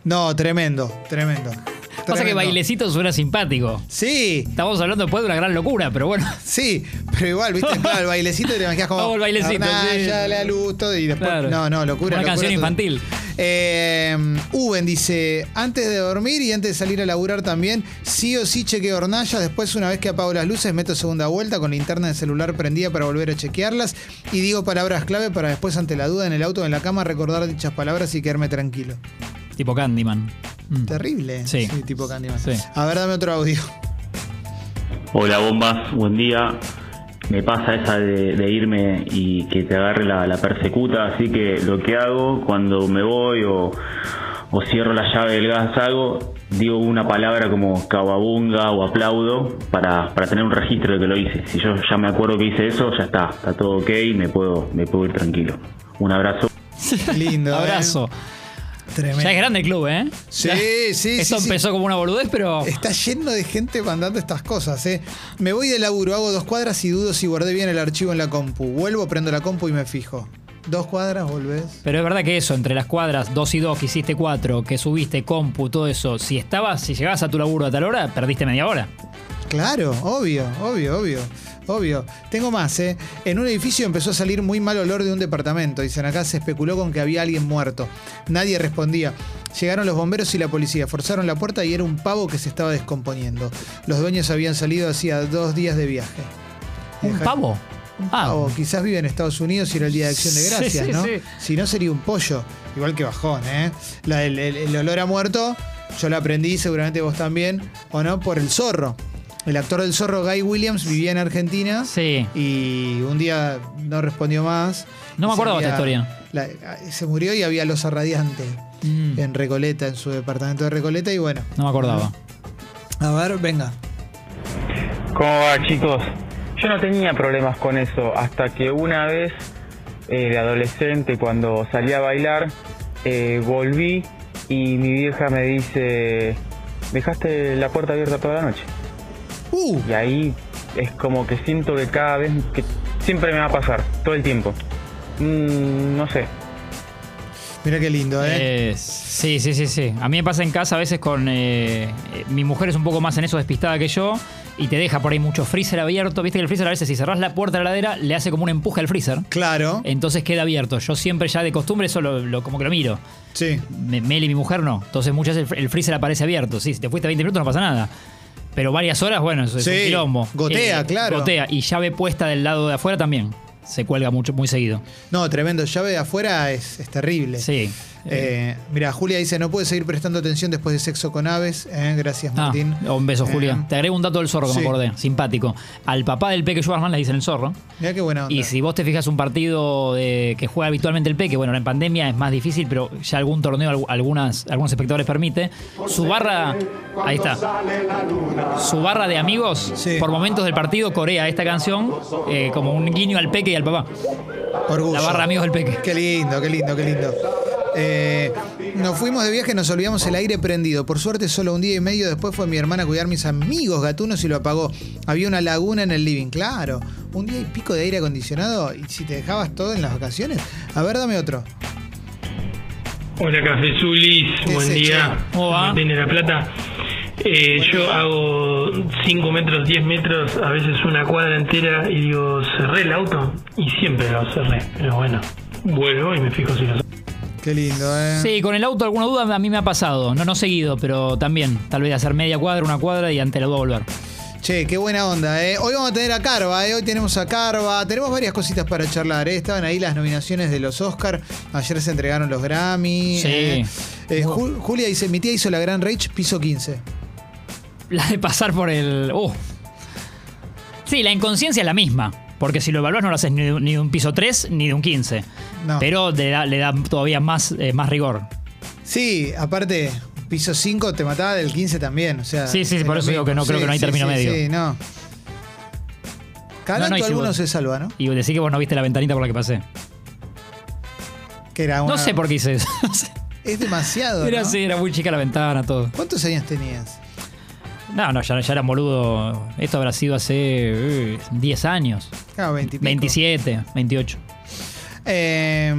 [SPEAKER 1] No, tremendo, tremendo.
[SPEAKER 2] Pasa que
[SPEAKER 1] Tremendo.
[SPEAKER 2] bailecito suena simpático.
[SPEAKER 1] Sí,
[SPEAKER 2] Estamos hablando después de una gran locura, pero bueno. <laughs>
[SPEAKER 1] Sí, pero igual, viste, claro, el bailecito te imaginas como.
[SPEAKER 2] Vamos al bailecito, sí.
[SPEAKER 1] Ya la luz, todo, y después.
[SPEAKER 2] Claro.
[SPEAKER 1] No, no, locura. locura,
[SPEAKER 2] Una canción
[SPEAKER 1] todo.
[SPEAKER 2] infantil.
[SPEAKER 1] Eh, Uben dice: Antes de dormir y antes de salir a laburar también, sí o sí chequeo hornallas. Después, una vez que apago las luces, meto segunda vuelta con linterna del celular prendida para volver a chequearlas. Y digo palabras clave para después, ante la duda, en el auto o en la cama, recordar dichas palabras y quedarme tranquilo.
[SPEAKER 2] Tipo Candyman. Mm.
[SPEAKER 1] Terrible.
[SPEAKER 2] Sí.
[SPEAKER 1] tipo Candyman.
[SPEAKER 2] Sí.
[SPEAKER 1] A ver, dame otro
[SPEAKER 2] <laughs>
[SPEAKER 1] audio.
[SPEAKER 7] Hola bombas, buen día. Me pasa esa de, de irme y que te agarre la, la persecuta, así que lo que hago cuando me voy o, o cierro la llave del gas, algo, digo una palabra como cababunga o aplaudo para, para tener un registro de que lo hice. Si yo ya me acuerdo que hice eso, ya está, está todo ok, me puedo, me puedo ir tranquilo. Un abrazo.
[SPEAKER 1] Lindo. ¿eh?
[SPEAKER 2] Abrazo.
[SPEAKER 1] Tremendo.
[SPEAKER 2] Ya es grande el club, ¿eh?
[SPEAKER 1] Sí,
[SPEAKER 2] Ya-
[SPEAKER 1] sí,
[SPEAKER 2] Esto
[SPEAKER 1] sí, sí.
[SPEAKER 2] empezó como una boludez, pero.
[SPEAKER 1] Está lleno de gente mandando estas cosas, ¿eh? Me voy de laburo, hago dos cuadras y dudo si guardé bien el archivo en la compu. Vuelvo, prendo la compu y me fijo. Dos cuadras, volvés.
[SPEAKER 2] Pero es verdad que eso, entre las cuadras 2 y 2, que hiciste 4, que subiste compu, todo eso, si estabas, si llegabas a tu laburo a tal hora, perdiste media hora.
[SPEAKER 1] Claro, obvio, obvio, obvio. Obvio. Tengo más, ¿eh? En un edificio empezó a salir muy mal olor de un departamento. Dicen acá se especuló con que había alguien muerto. Nadie respondía. Llegaron los bomberos y la policía. Forzaron la puerta y era un pavo que se estaba descomponiendo. Los dueños habían salido hacía dos días de viaje.
[SPEAKER 2] ¿Un
[SPEAKER 1] Dejaron-
[SPEAKER 2] pavo? Ah,
[SPEAKER 1] O quizás vive en Estados Unidos y era el día de acción de
[SPEAKER 2] Sí,
[SPEAKER 1] gracias,
[SPEAKER 2] sí,
[SPEAKER 1] ¿no?
[SPEAKER 2] sí.
[SPEAKER 1] Si no, sería un pollo. Igual que bajón, ¿eh? La del- el, el olor a muerto, yo la aprendí, seguramente vos también, ¿o no? Por el zorro. El actor del zorro, Guy Williams, vivía en Argentina
[SPEAKER 2] sí.
[SPEAKER 1] y un día no respondió más.
[SPEAKER 2] No me acuerdo de
[SPEAKER 1] Había-
[SPEAKER 2] esta historia.
[SPEAKER 1] la- ah, se murió y había losa radiante
[SPEAKER 2] Mm,
[SPEAKER 1] en Recoleta, en su departamento de Recoleta, y bueno.
[SPEAKER 2] no me acordaba.
[SPEAKER 1] A ver, venga.
[SPEAKER 8] ¿Cómo va, Ah, chicos? Yo no tenía problemas con eso hasta que una vez, eh, de adolescente, cuando salí a bailar, eh, volví y mi vieja me dice, dejaste la puerta abierta toda la noche.
[SPEAKER 1] Uh,
[SPEAKER 8] Y ahí es como que siento que cada vez, que siempre me va a pasar, todo el tiempo. Mm, no sé,
[SPEAKER 1] mira qué lindo, ¿eh?
[SPEAKER 2] Eh, sí, sí, sí, sí. A mí me pasa en casa a veces con... eh, eh, mi mujer es un poco más en eso despistada que yo y te deja por ahí mucho freezer abierto. Viste que el freezer a veces si cerrás la puerta de la heladera le hace como un empuje al freezer.
[SPEAKER 1] claro.
[SPEAKER 2] Entonces queda abierto. Yo siempre ya de costumbre eso lo, lo- como que lo miro.
[SPEAKER 1] sí.
[SPEAKER 2] Me- Meli, mi mujer, no. Entonces muchas veces el, el freezer aparece abierto. Sí, si te fuiste 20 minutos no pasa nada. Pero varias horas, bueno, eso es
[SPEAKER 1] Sí,
[SPEAKER 2] un quilombo. Eh,
[SPEAKER 1] gotea, claro.
[SPEAKER 2] Gotea. Y llave puesta del lado de afuera también. Se cuelga mucho, muy seguido.
[SPEAKER 1] No, tremendo. Llave de afuera es, es terrible.
[SPEAKER 2] Sí.
[SPEAKER 1] Eh, mira, Julia dice, no puede seguir prestando atención después de sexo con aves. Eh, gracias,
[SPEAKER 2] Ah,
[SPEAKER 1] Martín.
[SPEAKER 2] un beso,
[SPEAKER 1] Eh,
[SPEAKER 2] Julia. Te agrego un dato del zorro que
[SPEAKER 1] sí.
[SPEAKER 2] me acordé. Simpático. Al papá del Peque Schwarzman le dicen el zorro.
[SPEAKER 1] Mira qué buena onda.
[SPEAKER 2] Y si vos te fijas un partido de- que juega habitualmente el Peque, bueno, ahora en pandemia es más difícil, pero ya algún torneo, al- algunas, algunos espectadores permite. Su barra, ahí está. Su barra de amigos,
[SPEAKER 1] Sí.
[SPEAKER 2] por momentos del partido, corea esta canción eh, como un guiño al Peque y al papá.
[SPEAKER 1] Eh. Orgullo.
[SPEAKER 2] La barra amigos del Peque.
[SPEAKER 1] Qué lindo, qué lindo, qué lindo. Eh, nos fuimos de viaje, nos olvidamos el aire prendido. Por suerte, solo un día y medio después fue mi hermana a cuidar mis amigos gatunos y lo apagó. Había una laguna en el living, claro. Un día y pico de aire acondicionado y si te dejabas todo en las vacaciones. A ver, dame otro.
[SPEAKER 9] Hola Cafezulis,
[SPEAKER 1] ¿Qué
[SPEAKER 9] buen
[SPEAKER 1] sé,
[SPEAKER 9] día.
[SPEAKER 1] che?
[SPEAKER 2] ¿Cómo va?
[SPEAKER 9] Martín de la Plata. Eh, yo hago 5 metros, 10 metros, a veces una cuadra entera y digo, cerré el auto y siempre lo cerré. Pero bueno, vuelvo y me fijo si lo cerré.
[SPEAKER 1] Qué lindo, ¿eh?
[SPEAKER 2] Sí, con el auto alguna duda a mí me ha pasado. No, no seguido, pero también. Tal vez hacer media cuadra, una cuadra y ante la duda volver.
[SPEAKER 1] Che, qué buena onda, ¿eh? Hoy vamos a tener a Carva, ¿eh? Hoy tenemos a Carva. Tenemos varias cositas para charlar, ¿eh? Estaban ahí las nominaciones de los Oscar. Ayer se entregaron los Grammy.
[SPEAKER 2] Sí.
[SPEAKER 1] ¿eh? Eh, Ju- Julia dice, mi tía hizo la Gran Rage, piso 15.
[SPEAKER 2] La de pasar por el. Uh. Sí, la inconsciencia es la misma. Porque si lo evaluás no lo haces ni de, ni de un piso 3 ni de un 15.
[SPEAKER 1] No.
[SPEAKER 2] Pero le da, le da todavía más, eh, más rigor.
[SPEAKER 1] Sí, aparte, piso 5 te mataba del 15 también. O sea,
[SPEAKER 2] Sí, sí,
[SPEAKER 1] es
[SPEAKER 2] por
[SPEAKER 1] lo
[SPEAKER 2] eso digo que no, creo que no hay término medio.
[SPEAKER 1] Sí, no. Cada
[SPEAKER 2] No, no,
[SPEAKER 1] tanto
[SPEAKER 2] y si
[SPEAKER 1] alguno
[SPEAKER 2] vos-
[SPEAKER 1] se salva, ¿no?
[SPEAKER 2] Y decir que vos no viste la ventanita por la que pasé.
[SPEAKER 1] Que era una-
[SPEAKER 2] No sé por qué hice eso. <laughs>
[SPEAKER 1] Es demasiado.
[SPEAKER 2] era
[SPEAKER 1] ¿no?
[SPEAKER 2] así, era muy chica la ventana, todo.
[SPEAKER 1] ¿Cuántos años tenías?
[SPEAKER 2] No, no, ya, ya era boludo. Esto habrá sido hace eh, 10 años.
[SPEAKER 1] Claro, 20 y pico.
[SPEAKER 2] 27, 28.
[SPEAKER 1] Eh,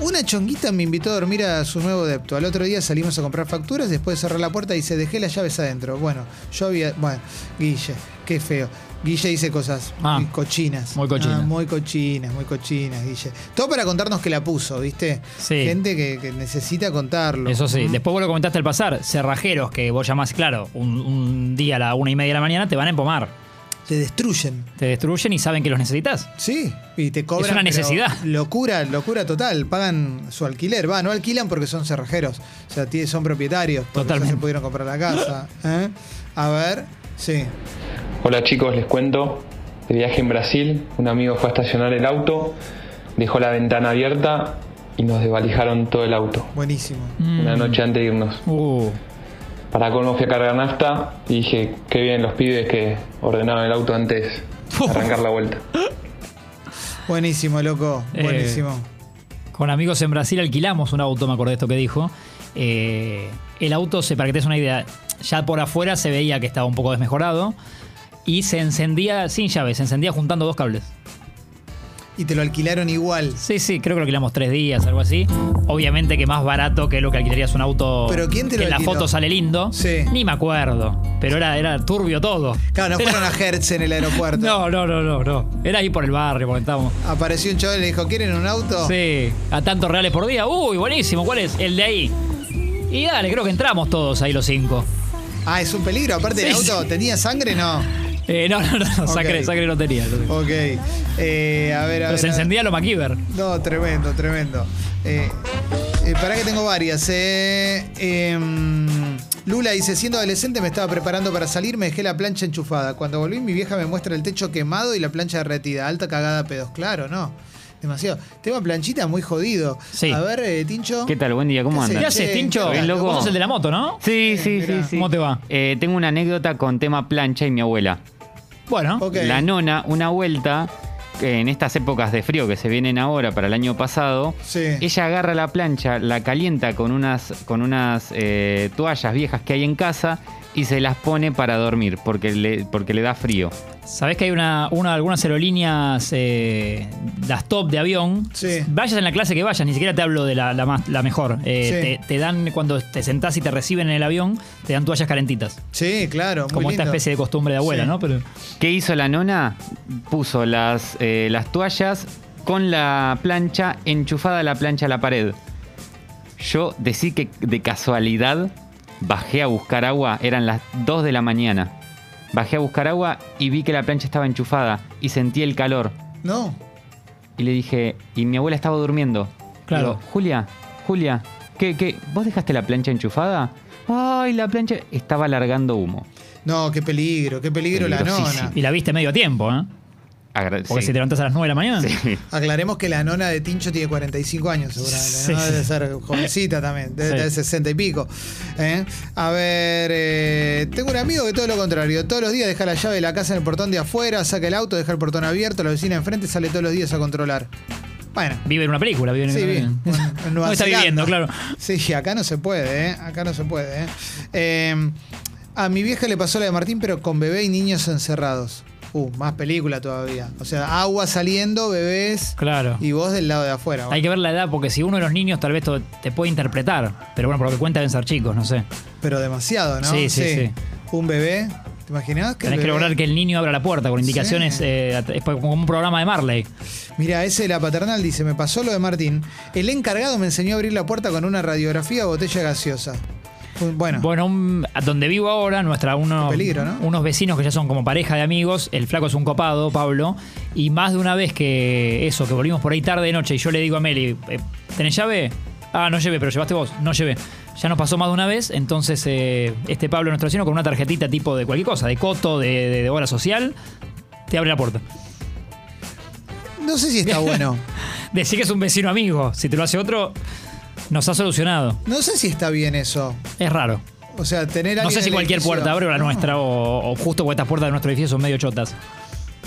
[SPEAKER 1] una chonguita me invitó a dormir a su nuevo depto. Al otro día salimos a comprar facturas, después de cerrar la puerta y se dejé las llaves adentro. Bueno, yo había. Bueno, Guille, qué feo. Guille dice cosas
[SPEAKER 2] Ah,
[SPEAKER 1] muy cochinas.
[SPEAKER 2] muy cochinas.
[SPEAKER 1] Ah, muy cochinas, muy cochinas, Guille. Todo para contarnos que la puso, ¿viste?
[SPEAKER 2] Sí.
[SPEAKER 1] Gente que, que necesita contarlo.
[SPEAKER 2] Eso sí,
[SPEAKER 1] Mm.
[SPEAKER 2] después vos lo comentaste al pasar, cerrajeros que vos llamás, claro, un, un día a la una y media de la mañana te van a empomar.
[SPEAKER 1] Te destruyen.
[SPEAKER 2] Te destruyen y saben que los necesitas.
[SPEAKER 1] Sí, y te cobran.
[SPEAKER 2] Es una
[SPEAKER 1] pero
[SPEAKER 2] necesidad.
[SPEAKER 1] Locura, locura total. Pagan su alquiler. Va, no alquilan porque son cerrajeros. O sea, tie- son propietarios. porque ya
[SPEAKER 2] Totalmente.
[SPEAKER 1] se pudieron comprar la
[SPEAKER 2] <laughs>
[SPEAKER 1] casa. ¿eh? A ver, sí.
[SPEAKER 10] Hola chicos, les cuento. De viaje en Brasil, un amigo fue a estacionar el auto, dejó la ventana abierta y nos desvalijaron todo el auto.
[SPEAKER 1] Buenísimo.
[SPEAKER 10] Una noche antes de irnos.
[SPEAKER 2] Mm. Uh,
[SPEAKER 10] Para colmo fui a cargar nafta y dije, qué bien los pibes que ordenaron el auto antes de arrancar la vuelta.
[SPEAKER 1] Buenísimo, loco.
[SPEAKER 2] Eh,
[SPEAKER 1] Buenísimo.
[SPEAKER 2] con amigos en Brasil alquilamos un auto, me acordé de esto que dijo. Eh, el auto, se, para que te des una idea, ya por afuera se veía que estaba un poco desmejorado y se encendía sin llave, se encendía juntando dos cables.
[SPEAKER 1] Y te lo alquilaron igual.
[SPEAKER 2] Sí, sí, creo que lo alquilamos tres días, algo así. Obviamente que más barato que lo que alquilarías un auto
[SPEAKER 1] Pero ¿quién te lo
[SPEAKER 2] que en la
[SPEAKER 1] alquiló?
[SPEAKER 2] foto sale lindo.
[SPEAKER 1] Sí.
[SPEAKER 2] Ni me acuerdo. Pero era, era turbio todo.
[SPEAKER 1] Claro, no
[SPEAKER 2] Era- <laughs>
[SPEAKER 1] fueron a Hertz en el aeropuerto.
[SPEAKER 2] No, no, no, no, no. Era ahí por el barrio, porque estábamos.
[SPEAKER 1] Apareció un chaval y le dijo, ¿quieren un auto?
[SPEAKER 2] Sí, a tantos reales por día. Uy, buenísimo. ¿Cuál es? El de ahí. Y dale, creo que entramos todos ahí los cinco.
[SPEAKER 1] Ah, es un peligro. Aparte del
[SPEAKER 2] Sí,
[SPEAKER 1] auto, ¿tenía sangre? No.
[SPEAKER 2] Eh, no, no, no, no,
[SPEAKER 1] Ok.
[SPEAKER 2] Sacre, Sacre no tenía. no tenía.
[SPEAKER 1] Ok. Eh, a ver, a ver,
[SPEAKER 2] Los
[SPEAKER 1] a ver.
[SPEAKER 2] encendía los MacGyver.
[SPEAKER 1] No, tremendo, tremendo. Eh, para que tengo varias. eh. Em, Lula dice, siendo adolescente me estaba preparando para salir, me dejé la plancha enchufada. Cuando volví mi vieja me muestra el techo quemado y la plancha derretida. Alta cagada a pedos, claro, ¿no? demasiado. Tema planchita muy jodido.
[SPEAKER 2] Sí.
[SPEAKER 1] A ver, eh, Tincho.
[SPEAKER 5] ¿Qué tal? Buen día, ¿cómo
[SPEAKER 1] ¿Qué
[SPEAKER 5] andan?
[SPEAKER 2] ¿Qué haces,
[SPEAKER 1] Che,
[SPEAKER 2] Tincho?
[SPEAKER 5] ¿Bien, loco?
[SPEAKER 2] Vos sos el de la moto, ¿no?
[SPEAKER 5] Sí, sí, sí,
[SPEAKER 1] Mirá.
[SPEAKER 5] sí.
[SPEAKER 2] ¿Cómo te va?
[SPEAKER 5] Eh, tengo una anécdota con tema plancha y mi abuela.
[SPEAKER 2] Bueno,
[SPEAKER 1] Ok.
[SPEAKER 5] La nona, una vuelta, que en estas épocas de frío que se vienen ahora para el año pasado,
[SPEAKER 1] Sí.
[SPEAKER 5] ella agarra la plancha, la calienta con unas, con unas eh, toallas viejas que hay en casa y se las pone para dormir porque le, porque le da frío.
[SPEAKER 2] sabés que hay una, una- algunas aerolíneas, eh, las top de avión.
[SPEAKER 1] Sí.
[SPEAKER 2] Vayas en la clase que vayas, ni siquiera te hablo de la, la más- la mejor. Eh,
[SPEAKER 1] Sí.
[SPEAKER 2] te, te dan, cuando te sentás y te reciben en el avión, te dan toallas calentitas.
[SPEAKER 1] Sí, claro. muy
[SPEAKER 2] Como esta
[SPEAKER 1] lindo.
[SPEAKER 2] especie de costumbre de abuela,
[SPEAKER 1] Sí.
[SPEAKER 2] ¿no? Pero
[SPEAKER 5] ¿Qué hizo la nona? Puso las, eh, las toallas con la plancha enchufada a la plancha a la pared. Yo decí que de casualidad bajé a buscar agua, eran las 2 de la mañana. Bajé a buscar agua y vi que la plancha estaba enchufada y sentí el calor.
[SPEAKER 1] No.
[SPEAKER 5] Y le dije, y mi abuela estaba durmiendo.
[SPEAKER 2] Claro.
[SPEAKER 5] Digo, Julia, Julia, ¿qué, qué? ¿Vos dejaste la plancha enchufada? Ay, la plancha estaba largando humo.
[SPEAKER 1] No, qué peligro, qué peligro la nona.
[SPEAKER 2] Y la viste medio tiempo, ¿eh?
[SPEAKER 5] Agrade-
[SPEAKER 2] Porque
[SPEAKER 5] sí.
[SPEAKER 2] si te levantás a las 9 de la mañana.
[SPEAKER 5] <laughs>
[SPEAKER 1] Aclaremos que la nona de Tincho tiene 45 años, seguramente. ¿no?
[SPEAKER 2] Sí,
[SPEAKER 1] Debe
[SPEAKER 2] sí.
[SPEAKER 1] ser jovencita también, debe
[SPEAKER 2] Sí.
[SPEAKER 1] tener 60 y pico. ¿eh? A ver, eh, tengo un amigo que todo lo contrario. Todos los días deja la llave de la casa en el portón de afuera, saca el auto, deja el portón abierto, la vecina enfrente sale todos los días a controlar. Bueno.
[SPEAKER 2] Vive en una película, vive en
[SPEAKER 1] Sí,
[SPEAKER 2] una
[SPEAKER 1] bien. Bueno, en
[SPEAKER 2] <laughs>
[SPEAKER 1] Nueva
[SPEAKER 2] No está
[SPEAKER 1] Zelanda.
[SPEAKER 2] viviendo, claro.
[SPEAKER 1] Sí, acá no se puede, ¿eh? Acá no se puede, ¿eh? Eh, A mi vieja le pasó la de Martín, pero con bebé y niños encerrados. Uh, más película todavía. O sea, agua saliendo, bebés
[SPEAKER 2] Claro.
[SPEAKER 1] y vos del lado de afuera.
[SPEAKER 2] Hay que ver la edad, porque si uno de los niños tal vez to- te puede interpretar. Pero bueno, por lo que cuenta deben ser chicos, no sé.
[SPEAKER 1] Pero demasiado, ¿no?
[SPEAKER 2] Sí, sí, sí.
[SPEAKER 1] Un bebé, ¿te imaginás?
[SPEAKER 2] Tenés que lograr que el niño abra la puerta con indicaciones,
[SPEAKER 1] Sí.
[SPEAKER 2] eh, at- es como un programa de Marley.
[SPEAKER 1] Mira, ese de la paternal dice, me pasó lo de Martín. El encargado me enseñó a abrir la puerta con una radiografía o botella gaseosa. Un- Bueno,
[SPEAKER 2] Bueno, un- a donde vivo ahora, nuestra uno,
[SPEAKER 1] Ah. Qué peligro, ¿no?
[SPEAKER 2] unos vecinos que ya son como pareja de amigos, el flaco es un copado, Pablo, y más de una vez que eso, que volvimos por ahí tarde de noche y yo le digo a Meli, eh, ¿tenés llave? Ah, no llevé, pero llevaste vos, no llevé. Ya nos pasó más de una vez, entonces eh, este Pablo, nuestro vecino, con una tarjetita tipo de cualquier cosa, de coto, de, de- de obra social, te abre la puerta.
[SPEAKER 1] no sé si
[SPEAKER 2] <laughs>
[SPEAKER 1] está bueno.
[SPEAKER 2] Decir que es un vecino amigo, si te lo hace otro, nos ha solucionado.
[SPEAKER 1] No sé si está bien eso.
[SPEAKER 2] Es raro.
[SPEAKER 1] O sea, tener
[SPEAKER 2] No
[SPEAKER 1] alguien
[SPEAKER 2] sé
[SPEAKER 1] en
[SPEAKER 2] si
[SPEAKER 1] el
[SPEAKER 2] cualquier
[SPEAKER 1] edificio.
[SPEAKER 2] puerta abre o la
[SPEAKER 1] No.
[SPEAKER 2] nuestra, o, o justo estas puertas de nuestro edificio son medio chotas.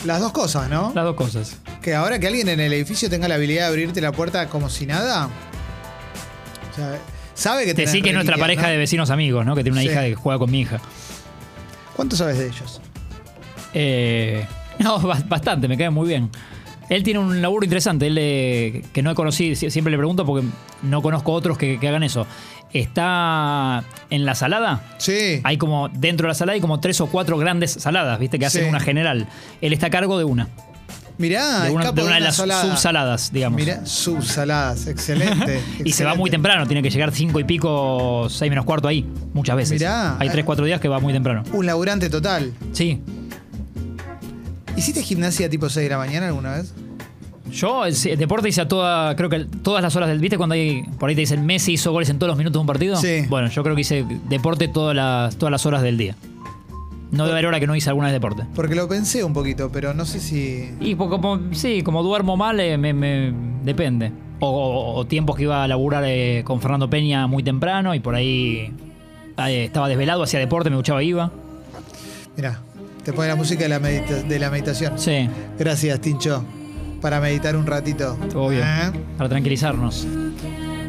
[SPEAKER 1] Las dos cosas, ¿no?
[SPEAKER 2] Las dos cosas.
[SPEAKER 1] Que ahora que alguien en el edificio tenga la habilidad de abrirte la puerta como si nada. O sea, sabe que te
[SPEAKER 2] Decir que es nuestra pareja de vecinos amigos, ¿no? Que tiene una
[SPEAKER 1] Sí.
[SPEAKER 2] hija que juega con mi hija.
[SPEAKER 1] ¿Cuánto sabes de ellos?
[SPEAKER 2] Eh, <laughs> no, ba- bastante, me cae muy bien. Él tiene un laburo interesante, él eh, que no he conocido, sie- siempre le pregunto porque no conozco otros que, que hagan eso. Está en la salada,
[SPEAKER 1] Sí.
[SPEAKER 2] hay como dentro de la salada hay como tres o cuatro grandes saladas, viste, que hacen
[SPEAKER 1] Sí. Ah,
[SPEAKER 2] una general. Él está a cargo de una,
[SPEAKER 1] Mirá,
[SPEAKER 2] de una,
[SPEAKER 1] escapo
[SPEAKER 2] de una de las
[SPEAKER 1] salada.
[SPEAKER 2] subsaladas, digamos.
[SPEAKER 1] Mirá, subsaladas, excelente.
[SPEAKER 2] <laughs> Y se va muy
[SPEAKER 1] excelente.
[SPEAKER 2] temprano, tiene que llegar cinco y pico, seis menos cuarto ahí, muchas veces.
[SPEAKER 1] Mirá.
[SPEAKER 2] Hay tres, cuatro días que va muy temprano.
[SPEAKER 1] Un laburante total.
[SPEAKER 2] Sí.
[SPEAKER 1] ¿Hiciste gimnasia tipo 6 de la mañana alguna vez?
[SPEAKER 2] Yo, el el deporte hice a toda, creo que todas las horas del. ¿Viste cuando hay, por ahí te dicen Messi hizo goles en todos los minutos de un partido?
[SPEAKER 1] Sí.
[SPEAKER 2] Bueno, yo creo que hice deporte todas las, todas las horas del día. No debe haber hora que no hice alguna vez deporte.
[SPEAKER 1] Porque lo pensé un poquito, pero no sé si.
[SPEAKER 2] Y po- como, sí, como duermo mal, eh, me, me- depende. O, o- o tiempos que iba a laburar eh, con Fernando Peña muy temprano y por ahí eh, estaba desvelado, hacía deporte, me duchaba, iba.
[SPEAKER 1] Mirá, te pone la música de la, medita- de la meditación.
[SPEAKER 2] Sí,
[SPEAKER 1] Gracias, Tincho. Para meditar un ratito.
[SPEAKER 2] todo bien.
[SPEAKER 1] ¿Eh?
[SPEAKER 2] Para tranquilizarnos.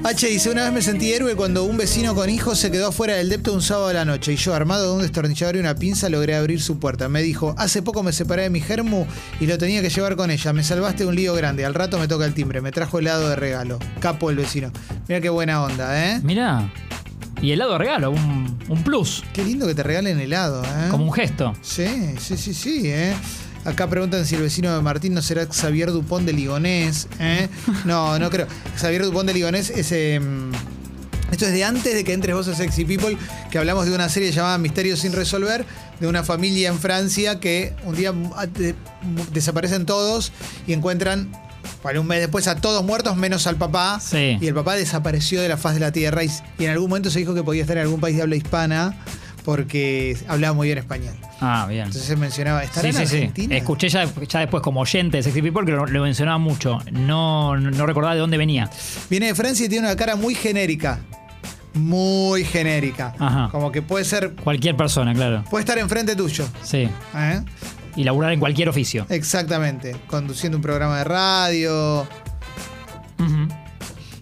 [SPEAKER 1] H dice, una vez me sentí héroe cuando un vecino con hijos se quedó afuera del depto un sábado a la noche y yo armado de un destornillador y una pinza logré abrir su puerta. Me dijo, hace poco me separé de mi germu y lo tenía que llevar con ella. Me salvaste de un lío grande. Al rato me toca el timbre. Me trajo helado de regalo. Capo el vecino. Mira qué buena onda, ¿eh?
[SPEAKER 2] Mirá. Y helado de regalo, un, un plus,
[SPEAKER 1] Qué lindo que te regalen helado, ¿eh?
[SPEAKER 2] como un gesto.
[SPEAKER 1] Sí, sí, sí, sí, ¿eh? Acá preguntan si el vecino de Martín no será Xavier Dupont de Ligonés. ¿eh? No, no creo. Xavier Dupont de Ligonés es... eh, esto es de antes de que entres vos a Sexy People, que hablamos de una serie llamada Misterios sin resolver, de una familia en Francia que un día ah, de- desaparecen todos y encuentran, bueno, un mes después, a todos muertos menos al papá.
[SPEAKER 2] Sí.
[SPEAKER 1] Y el papá desapareció de la faz de la tierra y, y en algún momento se dijo que podía estar en algún país de habla hispana porque hablaba muy bien español.
[SPEAKER 2] Ah, bien.
[SPEAKER 1] Entonces mencionaba, ¿estará
[SPEAKER 2] Sí, sí,
[SPEAKER 1] en
[SPEAKER 2] sí.
[SPEAKER 1] Argentina?
[SPEAKER 2] Escuché ya, ya después como oyente de Sexy People que lo, lo mencionaba mucho. No, no recordaba de dónde venía.
[SPEAKER 1] Viene de Francia y tiene una cara muy genérica. Muy genérica.
[SPEAKER 2] Ajá.
[SPEAKER 1] Como que puede ser.
[SPEAKER 2] Cualquier persona, claro.
[SPEAKER 1] Puede estar enfrente tuyo.
[SPEAKER 2] Sí.
[SPEAKER 1] ¿eh?
[SPEAKER 2] Y laburar en cualquier oficio.
[SPEAKER 1] Exactamente. Conduciendo un programa de radio.
[SPEAKER 2] Ujú.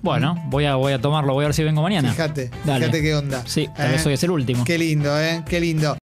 [SPEAKER 2] Bueno, voy a, voy a tomarlo, voy a ver si vengo mañana.
[SPEAKER 1] Fíjate.
[SPEAKER 2] Dale.
[SPEAKER 1] Fíjate qué onda.
[SPEAKER 2] Sí, tal
[SPEAKER 1] ¿eh?
[SPEAKER 2] vez hoy es el último.
[SPEAKER 1] Qué lindo, ¿eh? Qué lindo.